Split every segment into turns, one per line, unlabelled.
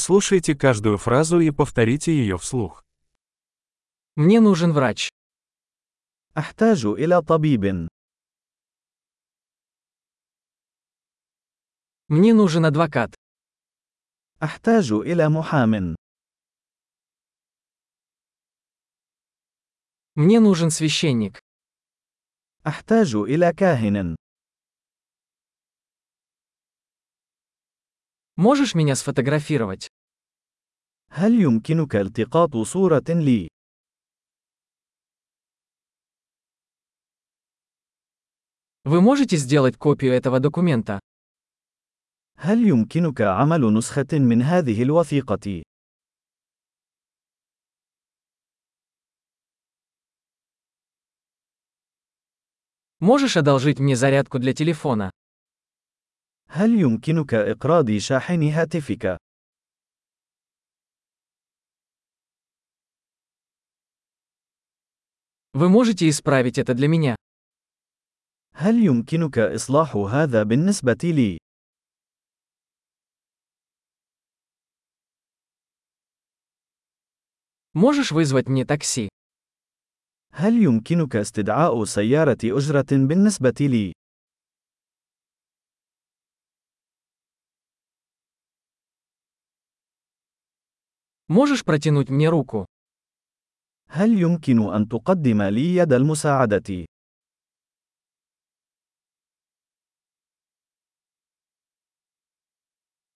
Прослушайте каждую фразу и повторите ее вслух.
Мне нужен врач.
أحتاج إلى طبيب.
Мне нужен адвокат.
أحتاج إلى محام.
Мне нужен священник.
أحتاج إلى كاهن.
Можешь меня сфотографировать?
هل يمكنك التقاط صورة لي؟
Вы можете сделать копию этого документа?
هل يمكنك عمل نسخة من هذه الوثيقة؟
Можешь одолжить мне зарядку для телефона?
هل يمكنك إقراض شاحن هاتفك؟
Вы можете исправить это для меня?
هل يمكنك إصلاح هذا بالنسبة لي؟
Можешь вызвать мне такси?
هل يمكنك استدعاء سيارة أجرة بالنسبة لي؟
Можешь протянуть мне руку?
هل يمكن أن تقدم لي يد المساعدة؟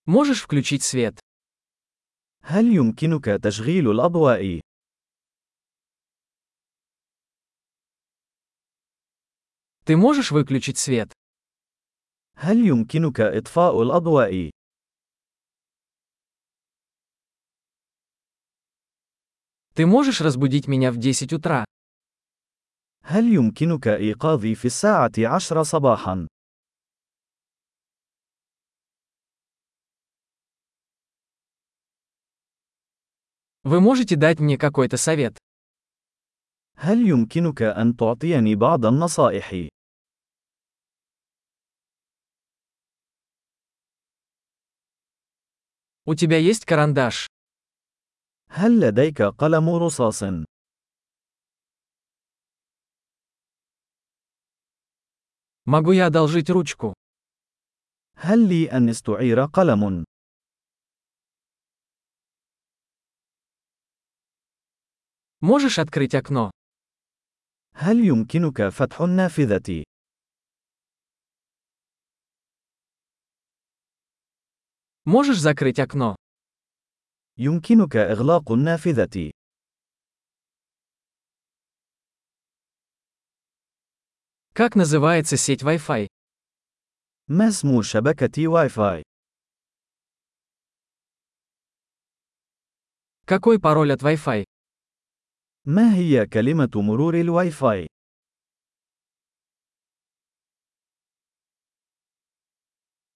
Можешь включить свет?
هل يمكنك تشغيل الأضواء؟
Ты можешь выключить свет?
هل يمكنك إطفاء الأضواء؟
Ты можешь разбудить меня в 10 утра?
هل يمكنك إيقاظي في الساعة عشر صباحا؟
Вы можете дать мне какой-то совет?
هل يمكنك أن تعطيني بعض النصائح؟
У тебя есть карандаш?
هل لديك قلم رصاص؟
Могу я одолжить ручку?
هل لي أن استعير قلم؟
Можешь открыть окно?
هل يمكنك فتح النافذة؟
Можешь закрыть окно?
يمكنك إغلاق النافذة.
Как называется сеть Wi-Fi?
ما اسم شبكة واي فاي؟
Какой пароль от Wi-Fi?
ما هي كلمة مرور الواي فاي؟